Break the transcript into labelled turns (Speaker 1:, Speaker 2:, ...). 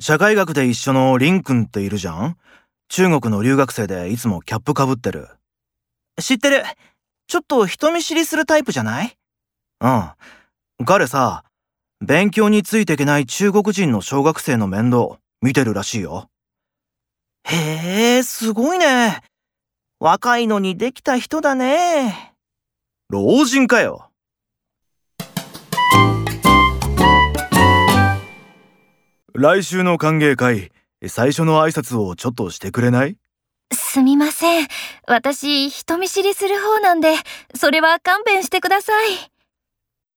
Speaker 1: 社会学で一緒のリン君っているじゃん中国の留学生でいつもキャップかぶってる。
Speaker 2: 知ってる。ちょっと人見知りするタイプじゃない
Speaker 1: うん。彼さ、勉強についていけない中国人の小学生の面倒見てるらしいよ。
Speaker 2: へえ、すごいね。若いのにできた人だね。
Speaker 1: 老人かよ。来週の歓迎会、最初の挨拶をちょっとしてくれない
Speaker 3: すみません。私、人見知りする方なんで、それは勘弁してください。